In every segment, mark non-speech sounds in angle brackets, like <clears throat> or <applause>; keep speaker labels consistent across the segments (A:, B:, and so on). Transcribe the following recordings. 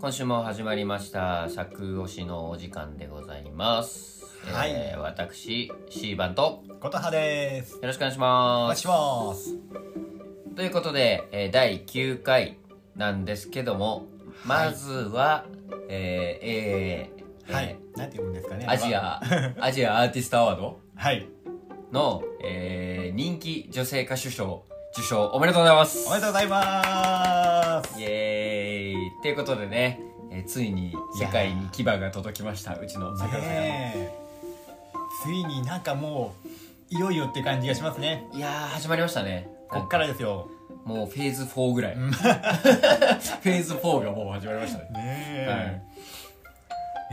A: 今週も始まりました尺押しのお時間でございます。
B: はい
A: えー私 C 番と
B: ことはです。
A: よろしくお願いし
B: お
A: ま
B: 願い
A: す。
B: します。
A: ということで、えー第9回なんですけども、
B: はい
A: まずは、えー、えー、
B: はい
A: え。
B: なんて読むんですかね。
A: ーアジ
B: <laughs>
A: ア、アジアアーティストアワード
B: はい。
A: の、えー人気女性歌手賞、受賞おめでとうございます。
B: おめでとうございます。
A: イエーイということでね、えーついに世界に牙が届きましたうちの桜さん、
B: ねえ。ついになんかもう、いよいよって感じがしますね。
A: いやー始まりましたね
B: こっからですよ。
A: もうフェーズ4ぐらい <laughs> フェーズ4がもう始まりましたね
B: ね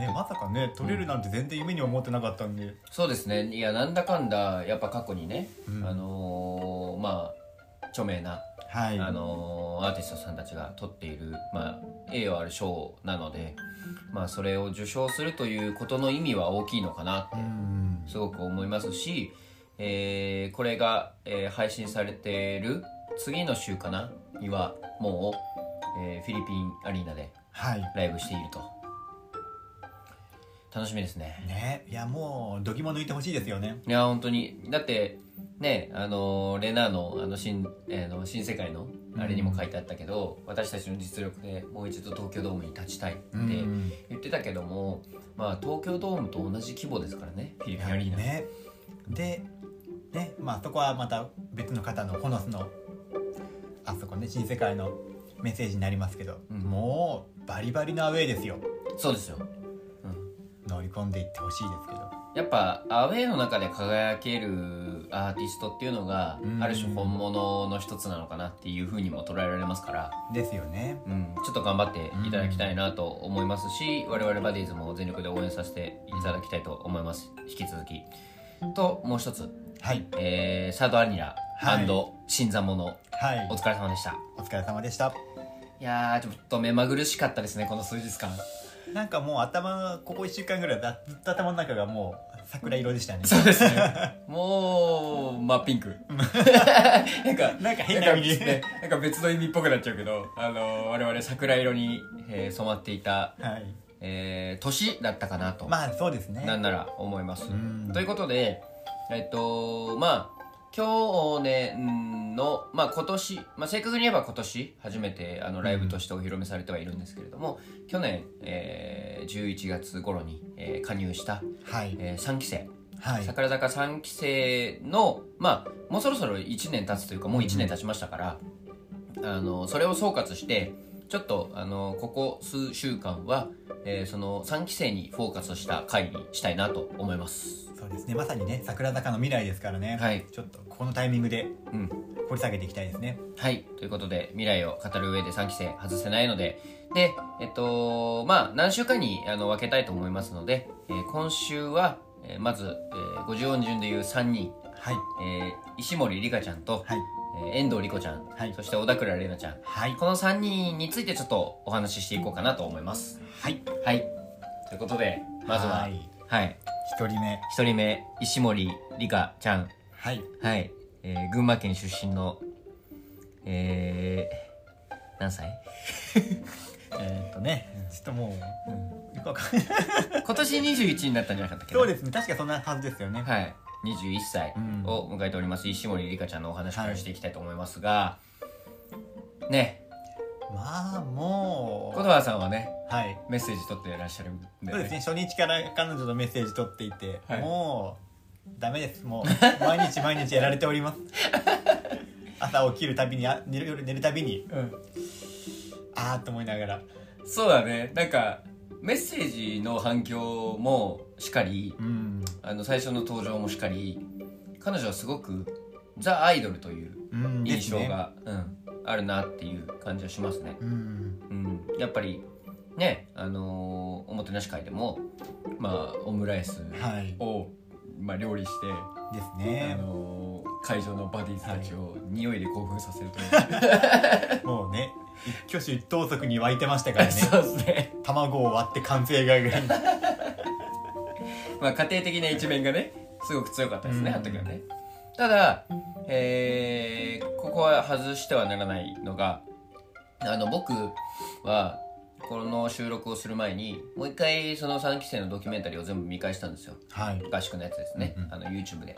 B: え。ねまさかね、取れるなんて全然夢にも思ってなかったんで。
A: そうですねいやなんだかんだやっぱ過去にね、
B: うん
A: あのー、まあ著名な、
B: はい。
A: あのーアーティストさんたちが取っている、まあ、栄誉ある賞なので、まあ、それを受賞するということの意味は大きいのかなって
B: うん。
A: すごく思いますし、えーこれが、えー配信されてる次の週かなにはもう、えーフィリピンアリーナで
B: はい。
A: ライブしていると楽しみですね
B: ねえ。いや、もう、どぎも抜いてほしいですよね。
A: いや本当にだってねあのレナーのあの新,、えーの新世界のあれにも書いてあったけど、私たちの実力でもう一度東京ドームに立ちたいって
B: うん
A: 言ってたけども、まあ東京ドームと同じ規模ですからねフィリピンアリーナ、
B: ねでねまあそこはまた別の方のホノスのあそこね新世界のメッセージになりますけど、
A: うん
B: もうバリバリのアウェーですよ
A: そうですよ、うん、
B: 乗り込んでいってほしいですけど
A: やっぱアウェーの中で輝けるアーティストっていうのが
B: うん
A: ある種本物の一つなのかなっていうふうにも捉えられますから、
B: ですよね
A: うん、ちょっと頑張っていただきたいなと思いますし我々バディーズも全力で応援させていただきたいと思います引き続き。ともう一つ、
B: はい
A: えー、サードアニラ
B: はい
A: 新参者
B: はい
A: お疲れ様でした。
B: お疲れ様でした
A: いやーちょっと目まぐるしかったですねこの数日間。
B: なんかもう頭ここ1週間ぐらいだずっと頭の中がもう桜色でしたね
A: そうですね。もう、まあ、ピ <laughs> ンク。なんか、
B: なんか変な意味に
A: ねなんか別の意味っぽくなっちゃうけど、あの、我々桜色に、えー染まっていた、
B: はい
A: えー年だったかなと、
B: まあそうですね
A: なんなら思います
B: うん。
A: ということで、えっと、まあ、去年の、まあ今年、まあ正確に言えば今年、初めてあのライブとしてお披露目されてはいるんですけれども、去年、えー11月頃に、えー加入した、
B: はい
A: え3期生、
B: はい
A: 桜坂3期生のまあもうそろそろ1年経つというかもう1年経ちましたから、あのそれを総括してちょっとあのここ数週間は、えーその3期生にフォーカスした回にしたいなと思います
B: そうですねまさにね桜坂の未来ですからね、
A: はい
B: ちょっとここのタイミングで
A: うん
B: 掘り下げていきたいですね
A: はいということで未来を語る上で3期生外せないのででえっとまあ何週間にあの分けたいと思いますので、えー今週は、えーまず、えー、50音順でいう3人、
B: はい
A: えー石森里香ちゃんと、
B: はい
A: えー遠藤莉子ちゃん、
B: はい
A: そして小田倉玲奈ちゃん
B: はい
A: この3人についてちょっとお話ししていこうかなと思います
B: はい
A: はいということでまずはは、
B: はいい一人目
A: 1人目石森里香ちゃん
B: はい
A: はい、えー群馬県出身のえー何歳
B: えーっとねちょっともう、うん、よくわかんない
A: 今年21になったんじゃなかったっけな
B: そうですね確かそんなはずですよね
A: はい21歳
B: うん
A: を迎えております石森里香ちゃんのお話からしていきたいと思いますが、ね
B: まあも
A: 琴
B: う
A: 葉さんはね
B: はい
A: メッセージ取っていらっしゃるんで、
B: そうですね初日から彼女のメッセージ取っていて、
A: はい
B: もうダメですもう毎日毎日やられており
A: <laughs>
B: ます朝起きるたびにあ寝る夜寝るたびに
A: うん
B: あーっと思いながら
A: そうだねなんかメッセージの反響もしかり
B: うん
A: あの最初の登場もしかり彼女はすごくザ・アイドルという
B: うん
A: 印象
B: ですね
A: が、うん、あるなっていう感じはしますね、
B: うん
A: うん、やっぱりねあのーおもてなし会でもまあオムライス
B: はい
A: を、まあ、料理して、
B: です
A: あ
B: ね
A: のー会場のバディたちを匂いで興奮させるという、
B: もうね一挙手一投足に沸いてましたからね
A: <laughs> そうですね
B: 卵を割って完成がぐらい
A: まあ、家庭的な一面がねすごく強かったですね、
B: うん
A: あの時はねただ、えーここは外してはならないのがあの僕はこの収録をする前にもう一回その3期生のドキュメンタリーを全部見返したんですよ
B: はい
A: 合宿のやつですね、
B: うんうん
A: あの YouTube で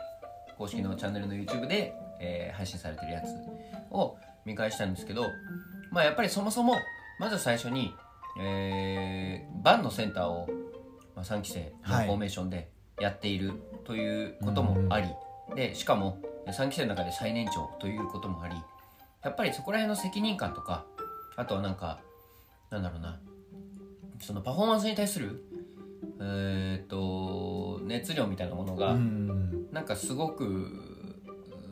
A: 公式のチャンネルの YouTube で、えー配信されてるやつを見返したんですけどまあやっぱりそもそもまず最初に、えーバンのセンターを、まあ、3期生の
B: はい
A: フォーメーションでやっているということもあり、でしかも3期生の中で最年長ということもありやっぱりそこら辺の責任感とかあとはなんかなんだろうなそのパフォーマンスに対するえーっと熱量みたいなもの
B: う
A: が、
B: ん
A: なんかすごく、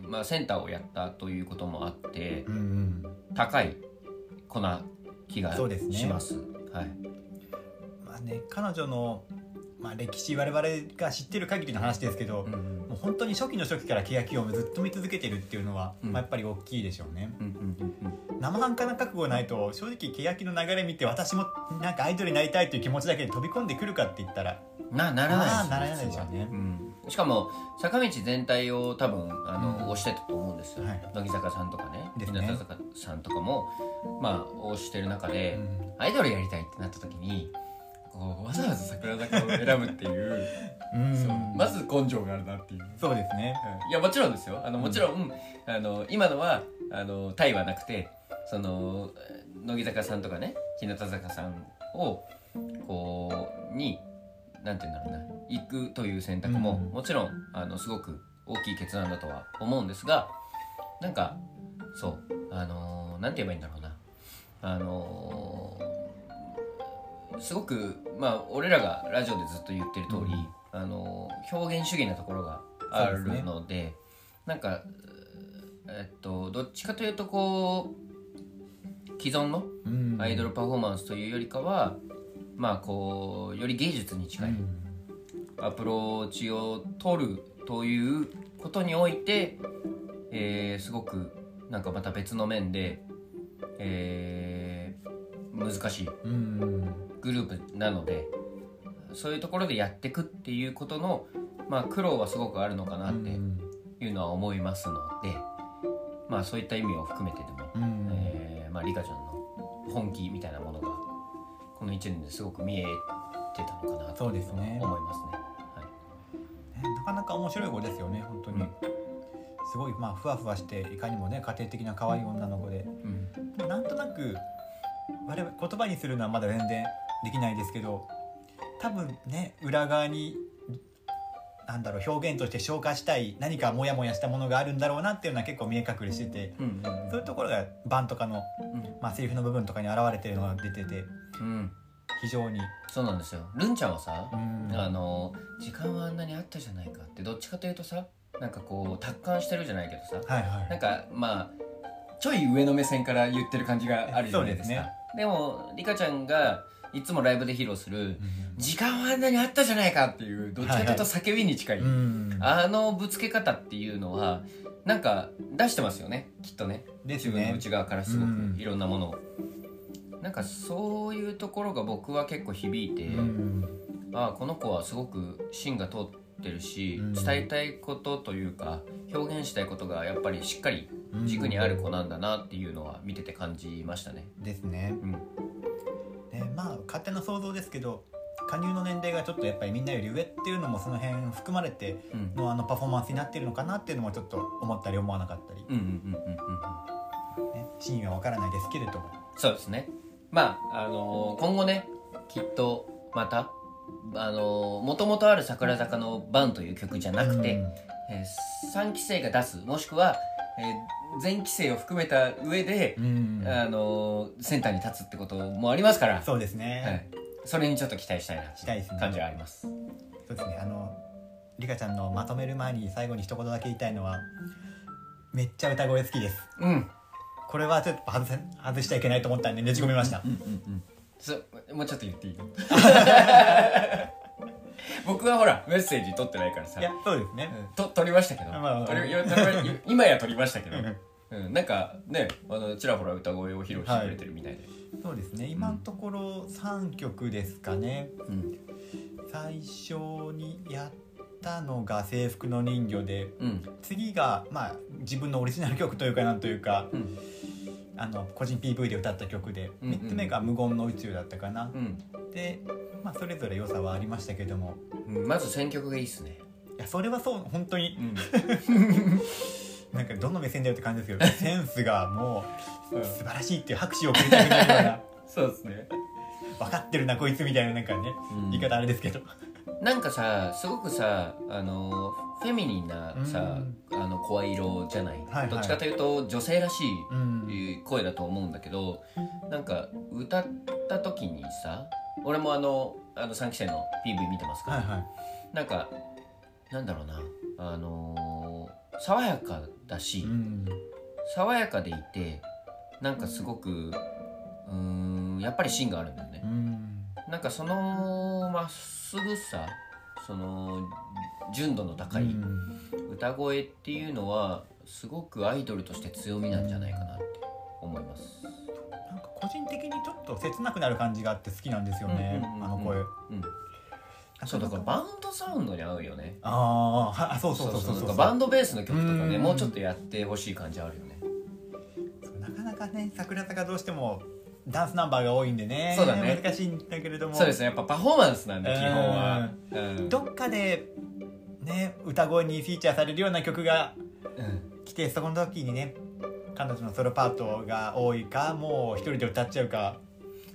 A: まあ、センターをやったということもあって
B: うんうん
A: 高い粉気が
B: そうですね
A: します。はい、
B: まあね彼女の、まあ、歴史我々が知ってる限りの話ですけど、
A: うん
B: もう本当に初期の初期から欅をずっと見続けてるっていうのは、
A: うん
B: まあ、やっぱり大きいでしょうね
A: うんうんうん
B: 生半可な覚悟がないと正直欅の流れ見て私もなんかアイドルになりたいという気持ちだけで飛び込んでくるかって言ったら
A: うんななら
B: まあ
A: な
B: ないらないでしょうね
A: う、ん、しかも坂道全体を多分あの、
B: うん
A: 押してたと思うんですよ、
B: はい
A: 乃木坂さんとかね
B: です
A: 日
B: ね
A: 向坂さんとかもまあ押してる中で、
B: うん
A: アイドルやりたいってなった時にこうわざわざ桜坂を選ぶっていう
B: うん
A: そうま
B: ま
A: ず根性があるなっていう、
B: そうですね
A: いやもちろんですよあのもちろん、あの今のはあのタイはなくてそのえー乃木坂さんとかね日向坂さんをこうになんて言うんだろうな行くという選択も、
B: うん
A: もちろんあのすごく大きい決断だとは思うんですがなんかそうあのーなんて言えばいいんだろうなあのーすごくまあ俺らがラジオでずっと言ってる通り、
B: うん
A: あのー表現主義なところがある
B: そうです
A: のでなんかえっとどっちかというとこう既存の
B: うん
A: アイドルパフォーマンスというよりかは、まあこうより芸術に近い
B: うん
A: アプローチを取るということにおいて、えーすごくなんかまた別の面で、えー難しい
B: うん
A: グループなのでそういうところでやっていくっていうことの、まあ、苦労はすごくあるのかなっていうのは思いますので、まあ、そういった意味を含めてでも、
B: うん
A: えーまあ、リカちゃんの本気みたいなものがこの1年ですごく見えてたのかなと
B: そうですね
A: 思いますね。はい
B: ねなかなか面白い子ですよね本当に、
A: うん
B: すごいまあふわふわしていかにもね家庭的な可愛い女の子で
A: うん
B: でもなんとなく我々言葉にするのはまだ全然できないですけど多分ね裏側になんだろう表現として消化したい何かモヤモヤしたものがあるんだろうなっていうのは結構見え隠れしてて
A: うん
B: そういうところがバンとかの、まあ、セリフの部分とかに表れてるのが出てて
A: うんうん、
B: 非常に
A: そうなんですよルンちゃんはさ、
B: うん
A: あの時間はあんなにあったじゃないかってどっちかというとさなんかこう達観してるじゃないけどさ
B: はいはい
A: なんかまあちょい上の目線から言ってる感じがあるじゃないですか
B: そう
A: で
B: ですね
A: もリカちゃんがいつもライブで披露する「時間はあんなにあったじゃないか」っていうどっちかというと叫びに近い、
B: うんうん
A: あのぶつけ方っていうのはなんか出してますよねきっとね
B: です
A: 自分の
B: ね
A: 内側からすご
B: うん
A: くいろんなものを、なんかそういうところが僕は結構響いて、
B: うん
A: ああこの子はすごく芯が通ってるし、
B: うん
A: 伝えたいことというか表現したいことがやっぱりしっかり
B: うん
A: 軸にある子なんだなっていうのは見てて感じましたね。
B: ですね
A: うん
B: でまあ勝手な想像ですけど加入の年齢がちょっとやっぱりみんなより上っていうのもその辺含まれて
A: うん
B: のあのパフォーマンスになってるのかなっていうのもちょっと思ったり思わなかったり、
A: うんうんうんうんうん
B: ね、真意は分からないですけれども
A: そうですね。まあ、あのー今後ね、きっとまた、あのー、もともとある桜坂のバンという曲じゃなくて、えー、3期生が出す、もしくは、えー全期生を含めた上で
B: う、ん、うん
A: あのーセンターに立つってこともありますから、
B: そうですね、
A: はい。それにちょっと期待したいな
B: したいですね
A: 感じはあります。
B: そうですねあのリカちゃんのまとめる前に最後に一言だけ言いたいのはめっちゃ歌声好きです
A: うん。
B: これはちょっと外せ外しちゃいけないと思ったんでねじ込みました、
A: うんうんうん。そうもうちょっと言って
B: <laughs>
A: いい <laughs> 僕はほら、メッセージ取ってないからさ。
B: いやそうですね、
A: と撮りましたけど、
B: まあまあ
A: 撮りいや撮りま
B: <laughs>
A: 今や撮りましたけど
B: う、ん
A: うん、なんかねあのちらほら歌声を披露してくれてるみたいで、
B: そうですね今のところ3曲ですかね、
A: うん
B: 最初にやったのが制服の人魚で
A: うん
B: 次がまあ自分のオリジナル曲というかなんというか
A: うん
B: あの個人 PV で歌った曲で、
A: うんうん
B: 3つ目が「無言の宇宙」だったかな、
A: うん
B: で、まあ、それぞれ良さはありましたけども
A: うんまず選曲がいいっすね
B: いやそれはそう本当に
A: うん
B: なんかどの目線だよって感じです
A: <laughs>
B: けどセンスがもう素晴らしいっていう拍手を送りたくなるよう
A: <laughs>
B: な
A: そうですね、
B: 分かってるなこいつみたいななんかね
A: うん
B: 言い方あれですけど、
A: なんかさすごくさあのフェミニンなさ、あの声色じゃない、
B: はいはい
A: どっちかというと女性らし
B: う
A: い
B: ん、
A: えー声だと思うんだけどなんか歌った時にさ俺もあのあの3期生の PV 見てますから、
B: はいはい
A: なんかなんだろうなあのー爽やかだし、
B: うん
A: 爽やかでいてなんかすごくうーんやっぱり芯があるんだよね。
B: うん
A: なんかそのまっすぐさその純度の高い
B: うん
A: 歌声っていうのはすごくアイドルとして強みなんじゃないかなって思います。
B: なんか個人的にちょっと切なくなる感じがあって好きなんですよね、
A: うんうんうんうん
B: あの声
A: うん、そうだからバンドサウンドに合うよね。
B: ああはあそうそうそうそう
A: だ
B: そう
A: からバンドベースの曲とかね
B: うん
A: もうちょっとやってほしい感じあるよね。
B: なかなかね桜坂どうしてもダンスナンバーが多いんでね
A: そうだね
B: 難しいんだけれども
A: そうですねやっぱパフォーマンスなんで基本は。うん
B: どっかでね歌声にフィーチャーされるような曲が
A: うん
B: 来てそこの時にね彼女のソロパートが多いかもう一人で歌っちゃうか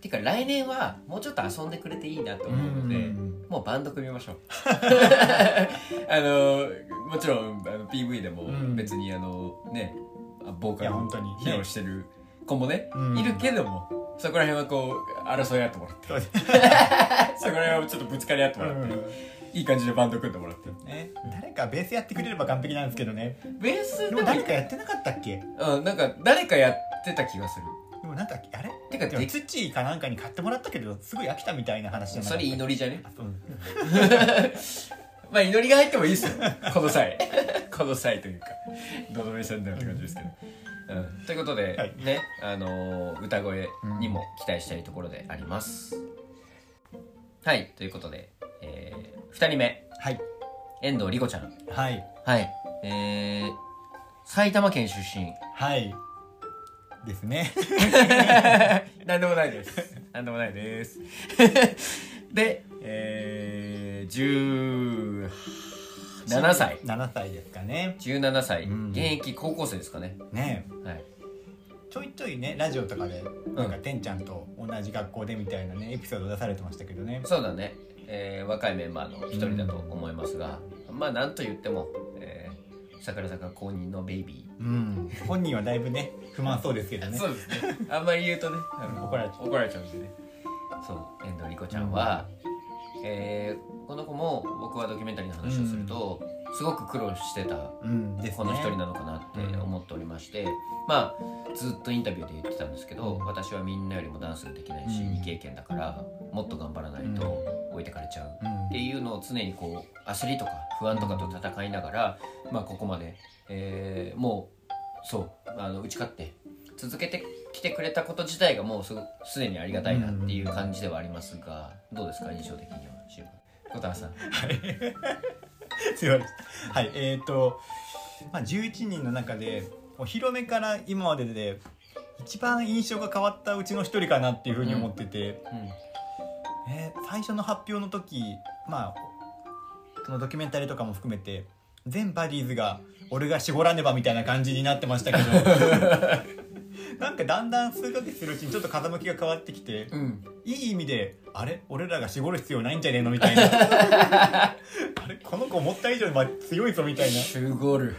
A: てか来年はもうちょっと遊んでくれていいなと思うので。もうバンド組みましょう <laughs> あのもちろんあの PV でも
B: うん
A: 別にあのねあボーカ
B: いや
A: ル
B: 本当に
A: 披露してる子もね
B: うん
A: いるけどもそこら辺はこう争い合ってもらって
B: そ
A: <laughs>
B: うです
A: そこら辺はちょっとぶつかり合ってもらって、いい感じでバンド組んでもらって
B: ね誰かベースやってくれれば完璧なんですけどね
A: ベース
B: で
A: で
B: も
A: も
B: 誰かやってなかったっけ
A: うん、なんか誰かやってた気がする
B: でもなんかあれ
A: てか
B: でも
A: で
B: 土かなんかに買ってもらったけどすぐ飽きたみたいな話じゃなか
A: そ
B: った
A: れ祈りじゃね
B: あそう
A: まあ祈りが入ってもいいですよこの際この際というかどのめさんだよって感じですけど、うん、ということで、
B: はい
A: ねあのー歌声にも期待したいところであります、はいということで、え2人目
B: はい
A: 遠藤莉子ちゃん
B: はい
A: はいえー、埼玉県出身
B: はいですね
A: なんでもないですなんでもないです <laughs> でえー、17歳
B: 7歳ですかね
A: 17歳、
B: うん
A: 現役高校生ですかね
B: ねえ
A: はい、
B: ちょいちょいねラジオとかでなんかてんちゃんと同じ学校でみたいなねエピソード出されてましたけどね
A: そうだね、えー若いメンバーの一人だと思いますが、まあなんと言っても、えー桜坂公認のベイビ
B: うん本人はだいぶね不満そうですけど
A: ー、
B: ね
A: うですねあんまり言うとねあの
B: 怒られちゃう
A: 怒られちゃうんでねそう遠藤莉子ちゃんは、えーこの子も僕はドキュメンタリーの話をすると、すごく苦労してた
B: うんですね
A: この一人なのかなって思っておりまして、まあずっとインタビューで言ってたんですけど私はみんなよりもダンスができないし、
B: うん
A: 未経験だからもっと頑張らないと置いてかれちゃう
B: うん
A: っていうのを常にこう焦りとか不安とかと戦いながら、まあ、ここまで、えーもうそうあの打ち勝って続けてきてくれたこと自体がもうすごすでにありがたいなっていう感じではありますがどうですか印象的にはシウマ小田さん。
B: すいませんはいえっ、と、まあ、11人の中でお披露目から今までで一番印象が変わったうちの一人かなっていうふうに思ってて、えー最初の発表の時まあこのドキュメンタリーとかも含めて全バディーズが俺が絞らねばみたいな感じになってましたけどなんかだんだん数ヶ月するうちにちょっと風向きが変わってきて
A: うんうん
B: いい意味であれ俺らが絞る必要ないんじゃねえのみ
A: <laughs>
B: たいなあれこの子思った以上にま強いぞみたいな
A: シューゴール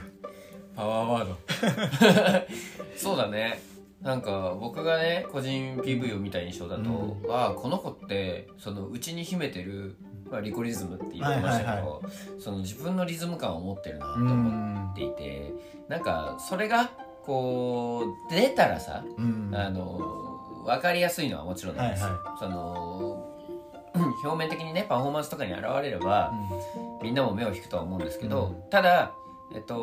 A: パワーワード <laughs> そうだねなんか僕がね個人 PV を見た印象だと、
B: う
A: はこの子ってそのうちに秘めてる、まあ、リコリズムって言ってましたけど、
B: はいはい
A: その自分のリズム感を持ってるなと思っていてなんかそれがこう出たらさ、
B: うん
A: あの分かりやすいのはもちろんなんです、
B: はい
A: その表面的にねパフォーマンスとかに現れれば、みんなも目を引くとは思うんですけど、
B: うん
A: ただえっと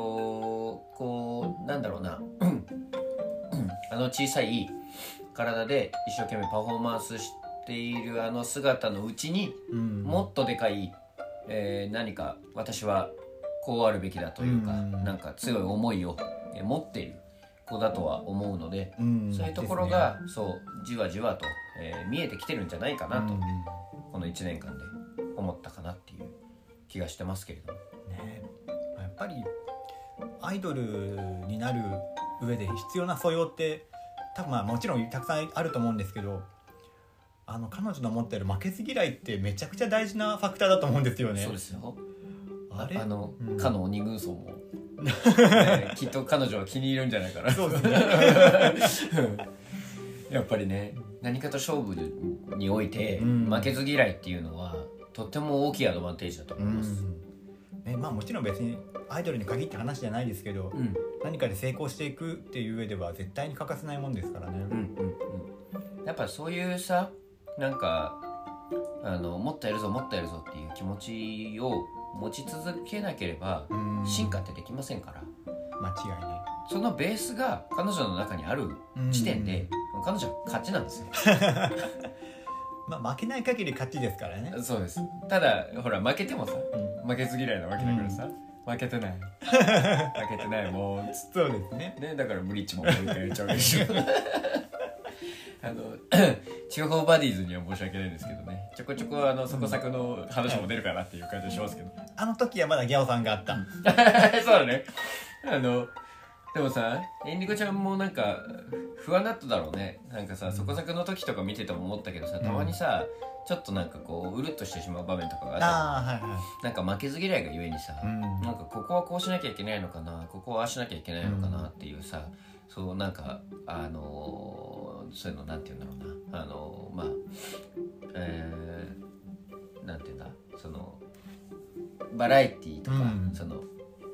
A: こうなんだろうな <clears throat> あの小さい体で一生懸命パフォーマンスしているあの姿のうちに
B: うん
A: もっとでかい、えー何か私はこうあるべきだというか、
B: うん
A: なんか強い思いをえー持っている子だとは思うので、
B: うん
A: そういうところが、そうじわじわと、えー見えてきてるんじゃないかなと、
B: うん
A: この1年間で思ったかなっていう気がしてますけれども。
B: ねやっぱりアイドルになる上で必要な素養って多分まあもちろんたくさんあると思うんですけどあの彼女の持ってる負けず嫌いってめちゃくちゃ大事なファクターだと思うんですよね
A: そうですよ
B: あれ
A: あの、
B: うん
A: かの鬼軍曹
B: <laughs>
A: も、ねきっと彼女は気に入るんじゃないかな
B: そうですね
A: <laughs> やっぱりね何かと勝負において、
B: うん
A: 負けず嫌いっていうのはとても大きいアドバンテージだと
B: う
A: 思います、
B: んねまあもちろん別にアイドルに限って話じゃないですけど、
A: うん
B: 何かで成功していくっていう上では絶対に欠かせないもんですからね、
A: うんうんうんやっぱそういうさなんかあのもっとやるぞもっとやるぞっていう気持ちを持ち続けなければ
B: うん
A: 進化ってできませんから
B: 間違いな
A: そのベースが彼女の中にある
B: い
A: 時点で彼女は勝ちなんですよ
B: まあ負けない限り勝ちですからね、
A: そうですただほら負けてもさ
B: うん
A: 負けず嫌いなわけだからさ、負けてない負けてないもうつ
B: そうですね
A: ねだからブリッジももう一回やっちゃうでしょあの <coughs> 地方バディーズには申し訳ないですけどねちょこちょこあのそこそこの話も出るかなっていう感じはしますけど <laughs> そう
B: あの時はまだギャオさんがあった。
A: だねあのでもさエンリコちゃんもなんか不安だっただろうねなんかさそこそこの時とか見てても思ったけどさたまにさ、ちょっとなんかこううるっとしてしまう場面とかがあったり
B: ああ、はいはい。
A: なんか負けず嫌いがゆえにさ、
B: うん
A: なんかここはこうしなきゃいけないのかなここはああしなきゃいけないのかなっていうさ、そうなんかあのーそういうのなんて言うんだろうなあのーまあえー、なんて言うんだそのバラエティーとか、
B: うん
A: その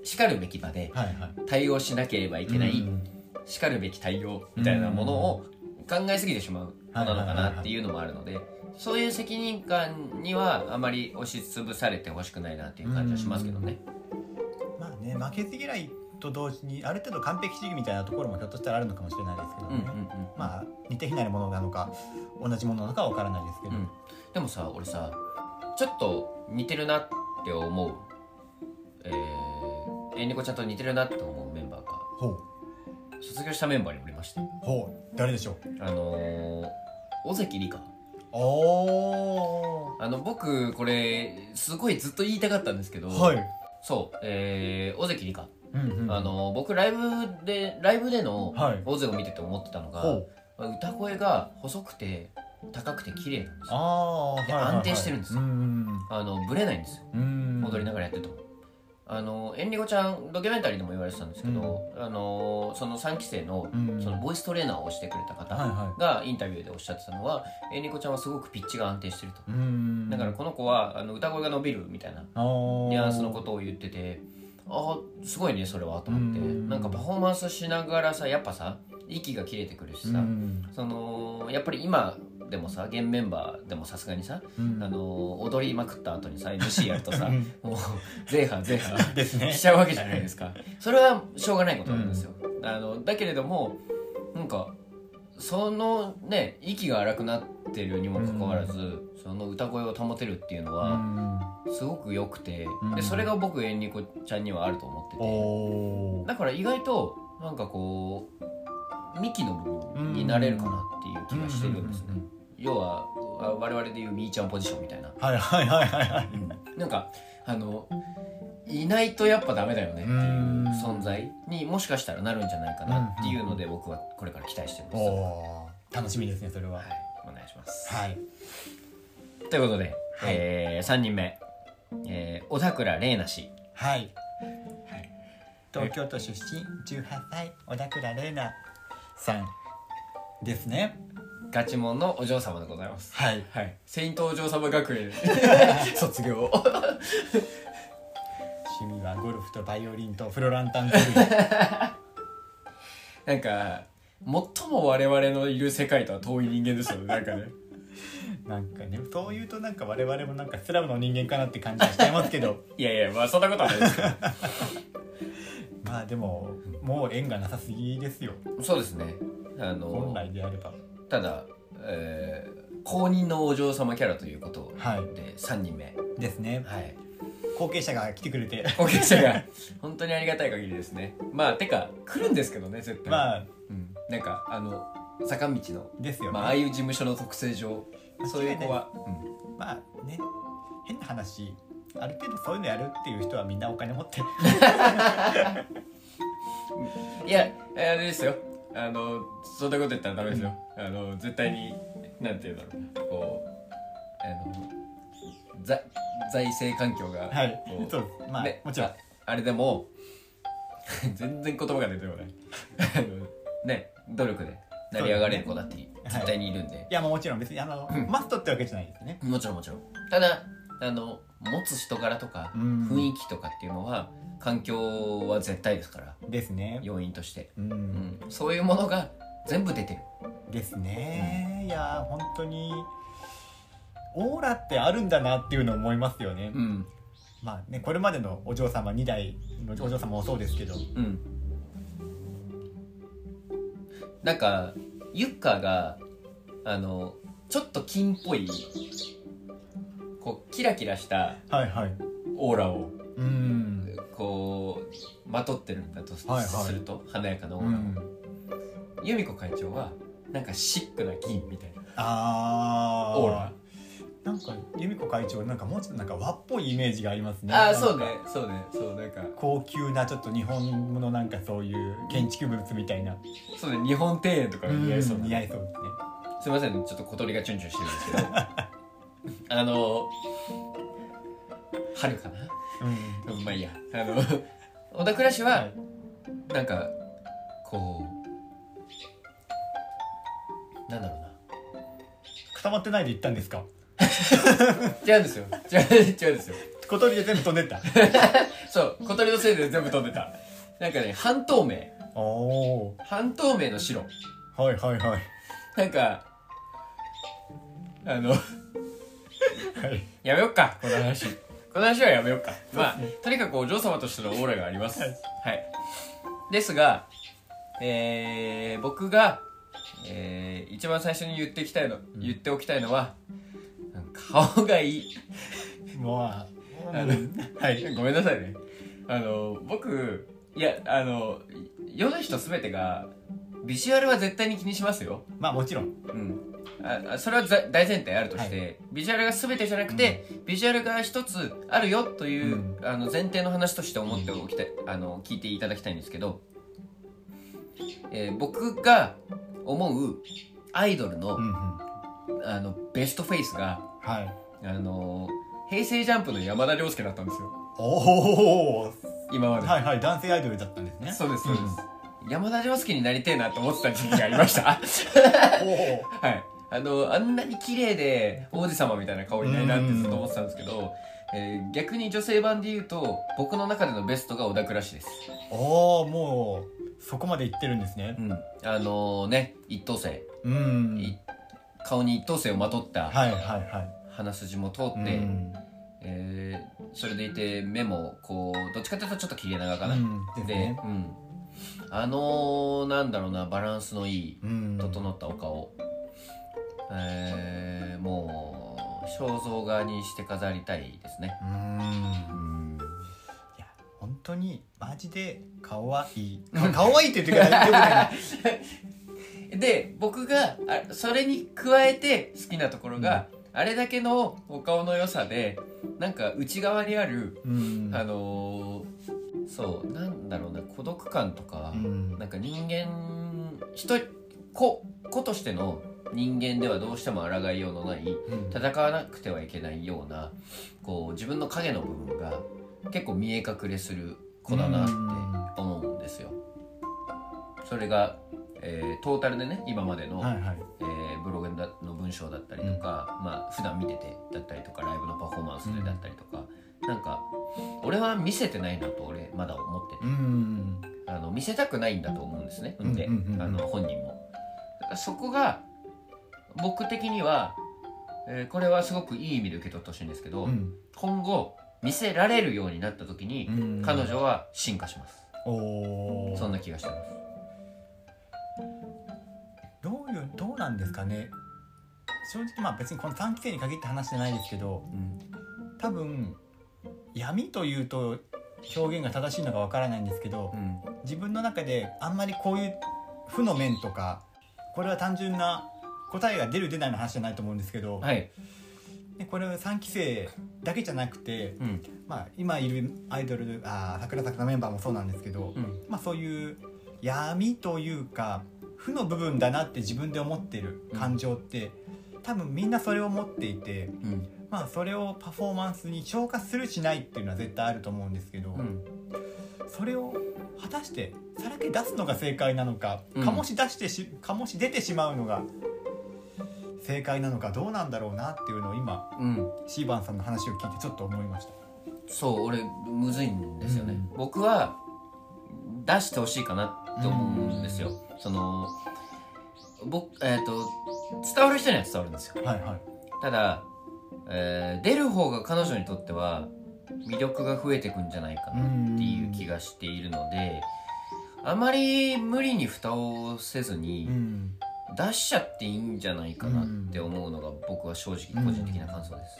A: しかるべき場で
B: はいはい。
A: 対応しなければいけない、
B: うん
A: しかるべき対応みたいなものを考えすぎてしまうものなのかなっていうのもあるのでそういう責任感にはあまり押しつぶされてほしくないなっていう感じはしますけどね。
B: まあね、負けず嫌いと同時に、ある程度完璧主義みたいなところもひょっとしたらあるのかもしれないですけど
A: うん
B: ね。
A: うんうん
B: まあ、似て非なるものなのか、同じものなのかは分からないですけど。
A: うんでもさ俺さちょっと似てるなって思うえー、えんりこちゃんと似てるなって思うメンバーが
B: ほう。
A: 卒業したメンバーにおりまして
B: ほう。誰でしょう。
A: あのー、尾関里香
B: おー。
A: あの僕これすごいずっと言いたかったんですけど、
B: はい。
A: そうえー、尾関里香
B: うんう
A: あ、の僕ライブでライブでの
B: はい。
A: 大勢を見てて思ってたのが、
B: ほう。
A: 歌声が細くて高くて綺麗なんですよ
B: ああー、はい
A: で
B: はいはい
A: 安定してるんですよ
B: うん
A: あのブレないんですよ
B: うん。
A: 踊りな
B: が
A: がらやってても、あのエンリゴちゃんドキュメンタリーでも言われてたんですけど、あのその3期生の
B: うん
A: そのボイストレーナーをしてくれた
B: はい
A: 方
B: は
A: がインタビューでおっしゃってたのは、エンリゴちゃんはすごくピッチが安定してると、
B: い。うん。
A: だからこの子はあの歌声が伸びるみたいな
B: あー
A: ニュアンスのことを言っててああすごいねそれはと思って
B: うん
A: なんかパフォーマンスしながらさやっぱさ息が切れてくるしさ、
B: うん
A: そのやっぱり今でもさ現メンバーでもさすがにさ、
B: うん
A: あの踊りまくった後にさ MC やるとさ
B: う
A: もう
B: ん
A: ゼーハーゼーハー
B: <laughs> ですね
A: し。ちゃうわけじゃないですかそれはしょうがないことなんですよ、あのだけれどもなんかそのね息が荒くなってるにもかかわらず、その歌声を保てるっていうのは、すごく良くて、
B: うん
A: でそれが僕エンリコちゃんにはあると思って
B: お
A: て
B: おー。
A: だから意外となんかこうミキの部分になれるかなっていう気がしてるんですね、
B: うんうんう
A: 要はあ我々でいうみーちゃんポジションみたいな、
B: はいはいはいはいはい。
A: なんかあのいないとやっぱダメだよねっていう
B: うん
A: 存在にもしかしたらなるんじゃないかなっていうので僕はこれから期待してます、
B: お
A: はい
B: おー。楽しみですね、それは。
A: お願いします、
B: はい。
A: ということで、え3人目、えー、小田倉玲奈氏
B: はい。東京都出身、18歳、小田倉玲奈さんですね。
A: ガチモンのお嬢様でございます
B: はい。
A: はい、セイントお嬢様学
B: <laughs>
A: 園卒業
B: 趣味はゴルフとバイオリンとフロランタン作り。
A: なんか最も我々のいる世界とは遠い人間ですよねなんかね
B: なんかね、そう言うとなんか我々もなんかスラムの人間かなって感じがしちゃいますけ <laughs> ど、
A: いやいやまあそんなことはないですけ
B: まあでも、もう縁がなさすぎですよ。
A: どそうですねあ
B: 本
A: の
B: 来であれば。
A: ただ、えー公認のお嬢様キャラということ
B: は
A: で3人目
B: い。ですね。
A: はい
B: 後継者が来てくれて <laughs>
A: 後継者が本当にありがたい限りですねまあてか来るんですけどね絶対、
B: まあ
A: うん、なんかあの坂道の、
B: ですよね、
A: まあ、ああいう事務所の特性上そういう子は、うん
B: まあね変な話ある程度そういうのやるっていう人はみんなお金持ってる <laughs>
A: いやあれですよあのそんなこと言ったらダメですよ、あの絶対になんていうんだろうこうあの財財政環境が、
B: <laughs> はい
A: こう
B: そうまあ、
A: ね
B: もちろん
A: ああれでも <laughs> 全然言葉が出てこないあのね努力で成り上がれる子だって絶対にいるんで、
B: いやまあもちろん別にあの、マストってわけじゃないですね
A: もちろんもちろんただあの持つ人柄とか
B: うん
A: 雰囲気とかっていうのは環境は絶対ですから
B: ですね
A: 要因として、
B: うん、
A: うん、そういうものが全部出てる
B: ですね、いや本当にオーラってあるんだなっていうのを思いますよね、
A: うん
B: まあねこれまでのお嬢様2代のお嬢様もそうですけど
A: うんなんかユッカがあのちょっと金っぽいこうキラキラした
B: はいはい
A: オーラを
B: うん、
A: こうまとってるんだとす,、
B: はいはい
A: ると華やかなオ
B: う
A: ーラを、
B: ん、
A: 由美子会長はなんかシックな銀みたいな
B: あー
A: オーラ
B: なんか由美子会長なんかもうちょっとなんか和っぽいイメージがありますね
A: ああ
B: なんか
A: そうねそうねそうなんか
B: 高級なちょっと日本のなんかそういう建築物みたいな
A: そうね日本庭園とかが似合いそうな、
B: 似合いそうですね
A: すいませんちょっと小鳥がチュンチュンしてるんですけ <laughs> どあの春かな
B: うん
A: うんまあいいやあの小田倉氏
B: は
A: はいなんかこうなんだろうな
B: 固まってないで行ったんですか
A: 違うんですよ違う違うんですよ
B: 小鳥で全部飛んでった <laughs>
A: そう小鳥のせいで全部飛んでたなんかね半透明
B: おお
A: 半透明の白
B: ーはいはいはい
A: なんかあの
B: はい
A: やめよっかこの
B: <laughs>
A: 話この話はやめよっかまあとにかくお嬢様としてのオーラがありますは
B: はいい、
A: ですがえー僕が、えー一番最初に言ってきたいの、言っておきたいのは顔がいい
B: まあ、
A: あの
B: はい。
A: ごめんなさいねあの僕いやあの世の人全てがビジュアルは絶対に気にしますよ
B: まあもちろん。
A: うん、ああそれはざ大前提あるとして、ビジュアルが全てじゃなくて、ビジュアルが一つあるよという、
B: う
A: あの前提の話として思っておきたい、あの聞いていただきたいんですけど、えー僕が思うアイドルの,、
B: うんうん。
A: あのベストフェイスが、
B: はい。
A: あの平成ジャンプの山田涼介だったんですよ
B: おお。
A: 今まで、
B: はいはい。男性アイドルだったんですね。
A: そうですそうです、山田涼介になりてえなと思ってた時期がありました
B: おお。
A: はい。あの、あんなに綺麗で王子様みたいな顔いないなってずっと思ってたんですけど、えー逆に女性版で言うと、僕の中でのベストが小田倉氏です。
B: おお、もう、そこまで行ってるんですね
A: う。ん。あのね、一等星。
B: うん
A: い。顔に一等星をまとった
B: はいはいは
A: 鼻筋も通っ
B: い。
A: て、
B: うん
A: えーそれでいて目もこう、どっちかというとちょっと切れ長か
B: う
A: な。
B: ん。です
A: で、
B: ね。
A: うん。あのーなんだろうな、バランスのいい、
B: うん。
A: 整ったお顔、えー、もう肖像画にして飾りたいですね
B: う
A: ん
B: ん。いや、本当に、マジで、顔はい
A: <laughs>
B: い。か顔はいいって言ってくれない。よくない
A: で僕があそれに加えて好きなところが、あれだけのお顔の良さでなんか内側にある、
B: うん。
A: あのーそうなんだろうな孤独感とか、
B: うん
A: なんか人間人子子としての人間ではどうしても抗いようのない
B: うん
A: 戦わなくてはいけないようなこう自分の影の部分が結構見え隠れする子だなって思うんですよ。それが、えートータルでね今までの、
B: はいはい。
A: えーブログだの文章だったりとか、まあ普段見ててだったりとかライブのパフォーマンスでだったりとか、なんか俺は見せてないなと俺まだ思ってて
B: うん。
A: あの見せたくないんだと思うんですね、
B: うん
A: で、
B: うんうんうん
A: あの本人もだからそこが僕的には、えーこれはすごくいい意味で受け取ってほしいんですけど、
B: うん
A: 今後見せられるようになった時に、
B: うん
A: 彼女は進化します
B: おお。
A: そんな気がしてます
B: どういうどうなんですかね正直まあ別にこの短期生に限った話じゃないですけど
A: うん
B: 多分闇というと表現が正しいのかわからないんですけど、
A: うん
B: 自分の中であんまりこういう負の面とかこれは単純な答えが出る出ないの話じゃないと思うんですけど、
A: はい、
B: ねこれは3期生だけじゃなくて、
A: うん
B: まあ、今いるアイドルあー桜坂のメンバーもそうなんですけど、
A: うん
B: まあ、そういう闇というか負の部分だなって自分で思ってる感情って、多分みんなそれを持っていて、
A: うん
B: まあ、それをパフォーマンスに消化するしないっていうのは絶対あると思うんですけど。
A: うん
B: それを果たしてさらけ出すのが正解なのか、
A: うん
B: 醸し出してし醸し出てしまうのが正解なのかどうなんだろうなっていうのを今
A: うん、
B: シーバンさんの話を聞いてちょっと思いました。
A: そう俺むずいんですよね、
B: う
A: 僕は出してほしいかなって思うんですよ、その僕えっ、と伝わる人には伝わるんですよ
B: はいはい。
A: ただ、えー出る方が彼女にとっては魅力が増えてくんじゃないかなっていう気がしているのであまり無理に蓋をせずに
B: うん。
A: 出しちゃっていいんじゃないかなって思うのが僕は正直個人的な感想です。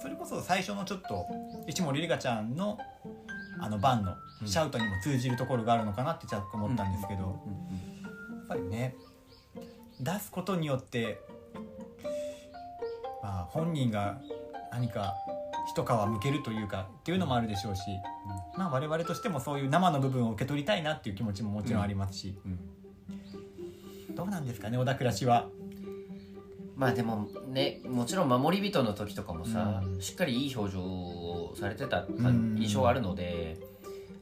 B: それこそ最初のちょっと一森りかちゃんのあのバンの
A: うん
B: シャウトにも通じるところがあるのかなってちょっと思ったんですけど、やっぱりね出すことによって、まあ、本人が何か一皮むけるというかっていうのもあるでしょうし、まあ、我々としてもそういう生の部分を受け取りたいなっていう気持ちももちろんありますし、
A: うん
B: どうなんですかね小田倉氏は。
A: まあでもねもちろん守り人の時とかもさ、
B: うん
A: しっかりいい表情をされてた
B: ん
A: 印象はあるので、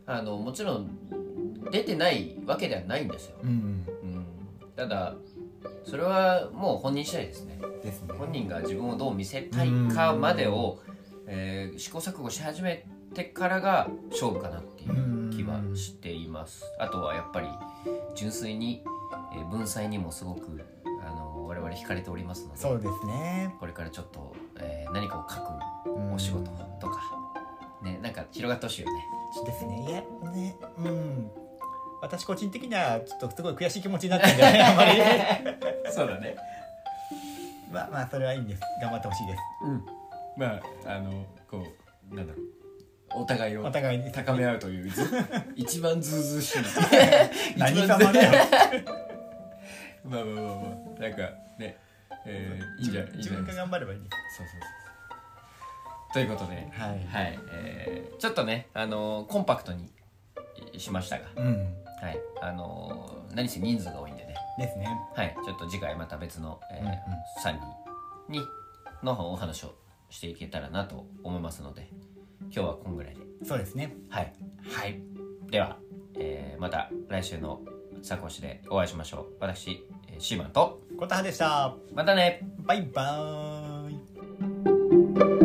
A: あのもちろん出てないわけではないんですよ、
B: うん
A: うん、ただそれはもう本人次第ですね
B: ですね。
A: 本人が自分をどう見せたいかまでを、えー試行錯誤し始めてからが勝負かなっていう気はしていますあとはやっぱり純粋に、えー文才にもすごくあの我々惹かれておりますので
B: そうですね、
A: これからちょっと、えー何かを書く
B: うん
A: お仕事とか、ねなんか広がってほしいよね
B: <laughs> ですねいやねうん私個人的にはちょっとすごい悔しい気持ちになったんでねあんまり <laughs>
A: そうだね
B: まあまあそれはいいんです頑張ってほしいです
A: うんまああのこうなんだろうお互い
B: お互いに
A: 高め合うと
B: <laughs>
A: いう一番ずうずうしい
B: 何様だよ
A: <laughs> まあまあまあまあなんかね、えー、いいんじゃいいん
B: 自
A: じゃない
B: 分が
A: ですか
B: 頑張ればいいです
A: そうそうそうそうということで
B: はい
A: はい、えー、ちょっとねあのーコンパクトにしましたが
B: うん
A: はいあのー何せ人数が多いんでね
B: ですね
A: はいちょっと次回また別の、えー
B: うんうん
A: 3人にのお話をしていけたらなと思いますので今日はこんぐらいで
B: そうですね
A: はい、はい、では、えーまた来週のサコシでお会いしましょう私えーシーマンと
B: 琴葉でした
A: またね
B: バイバーイ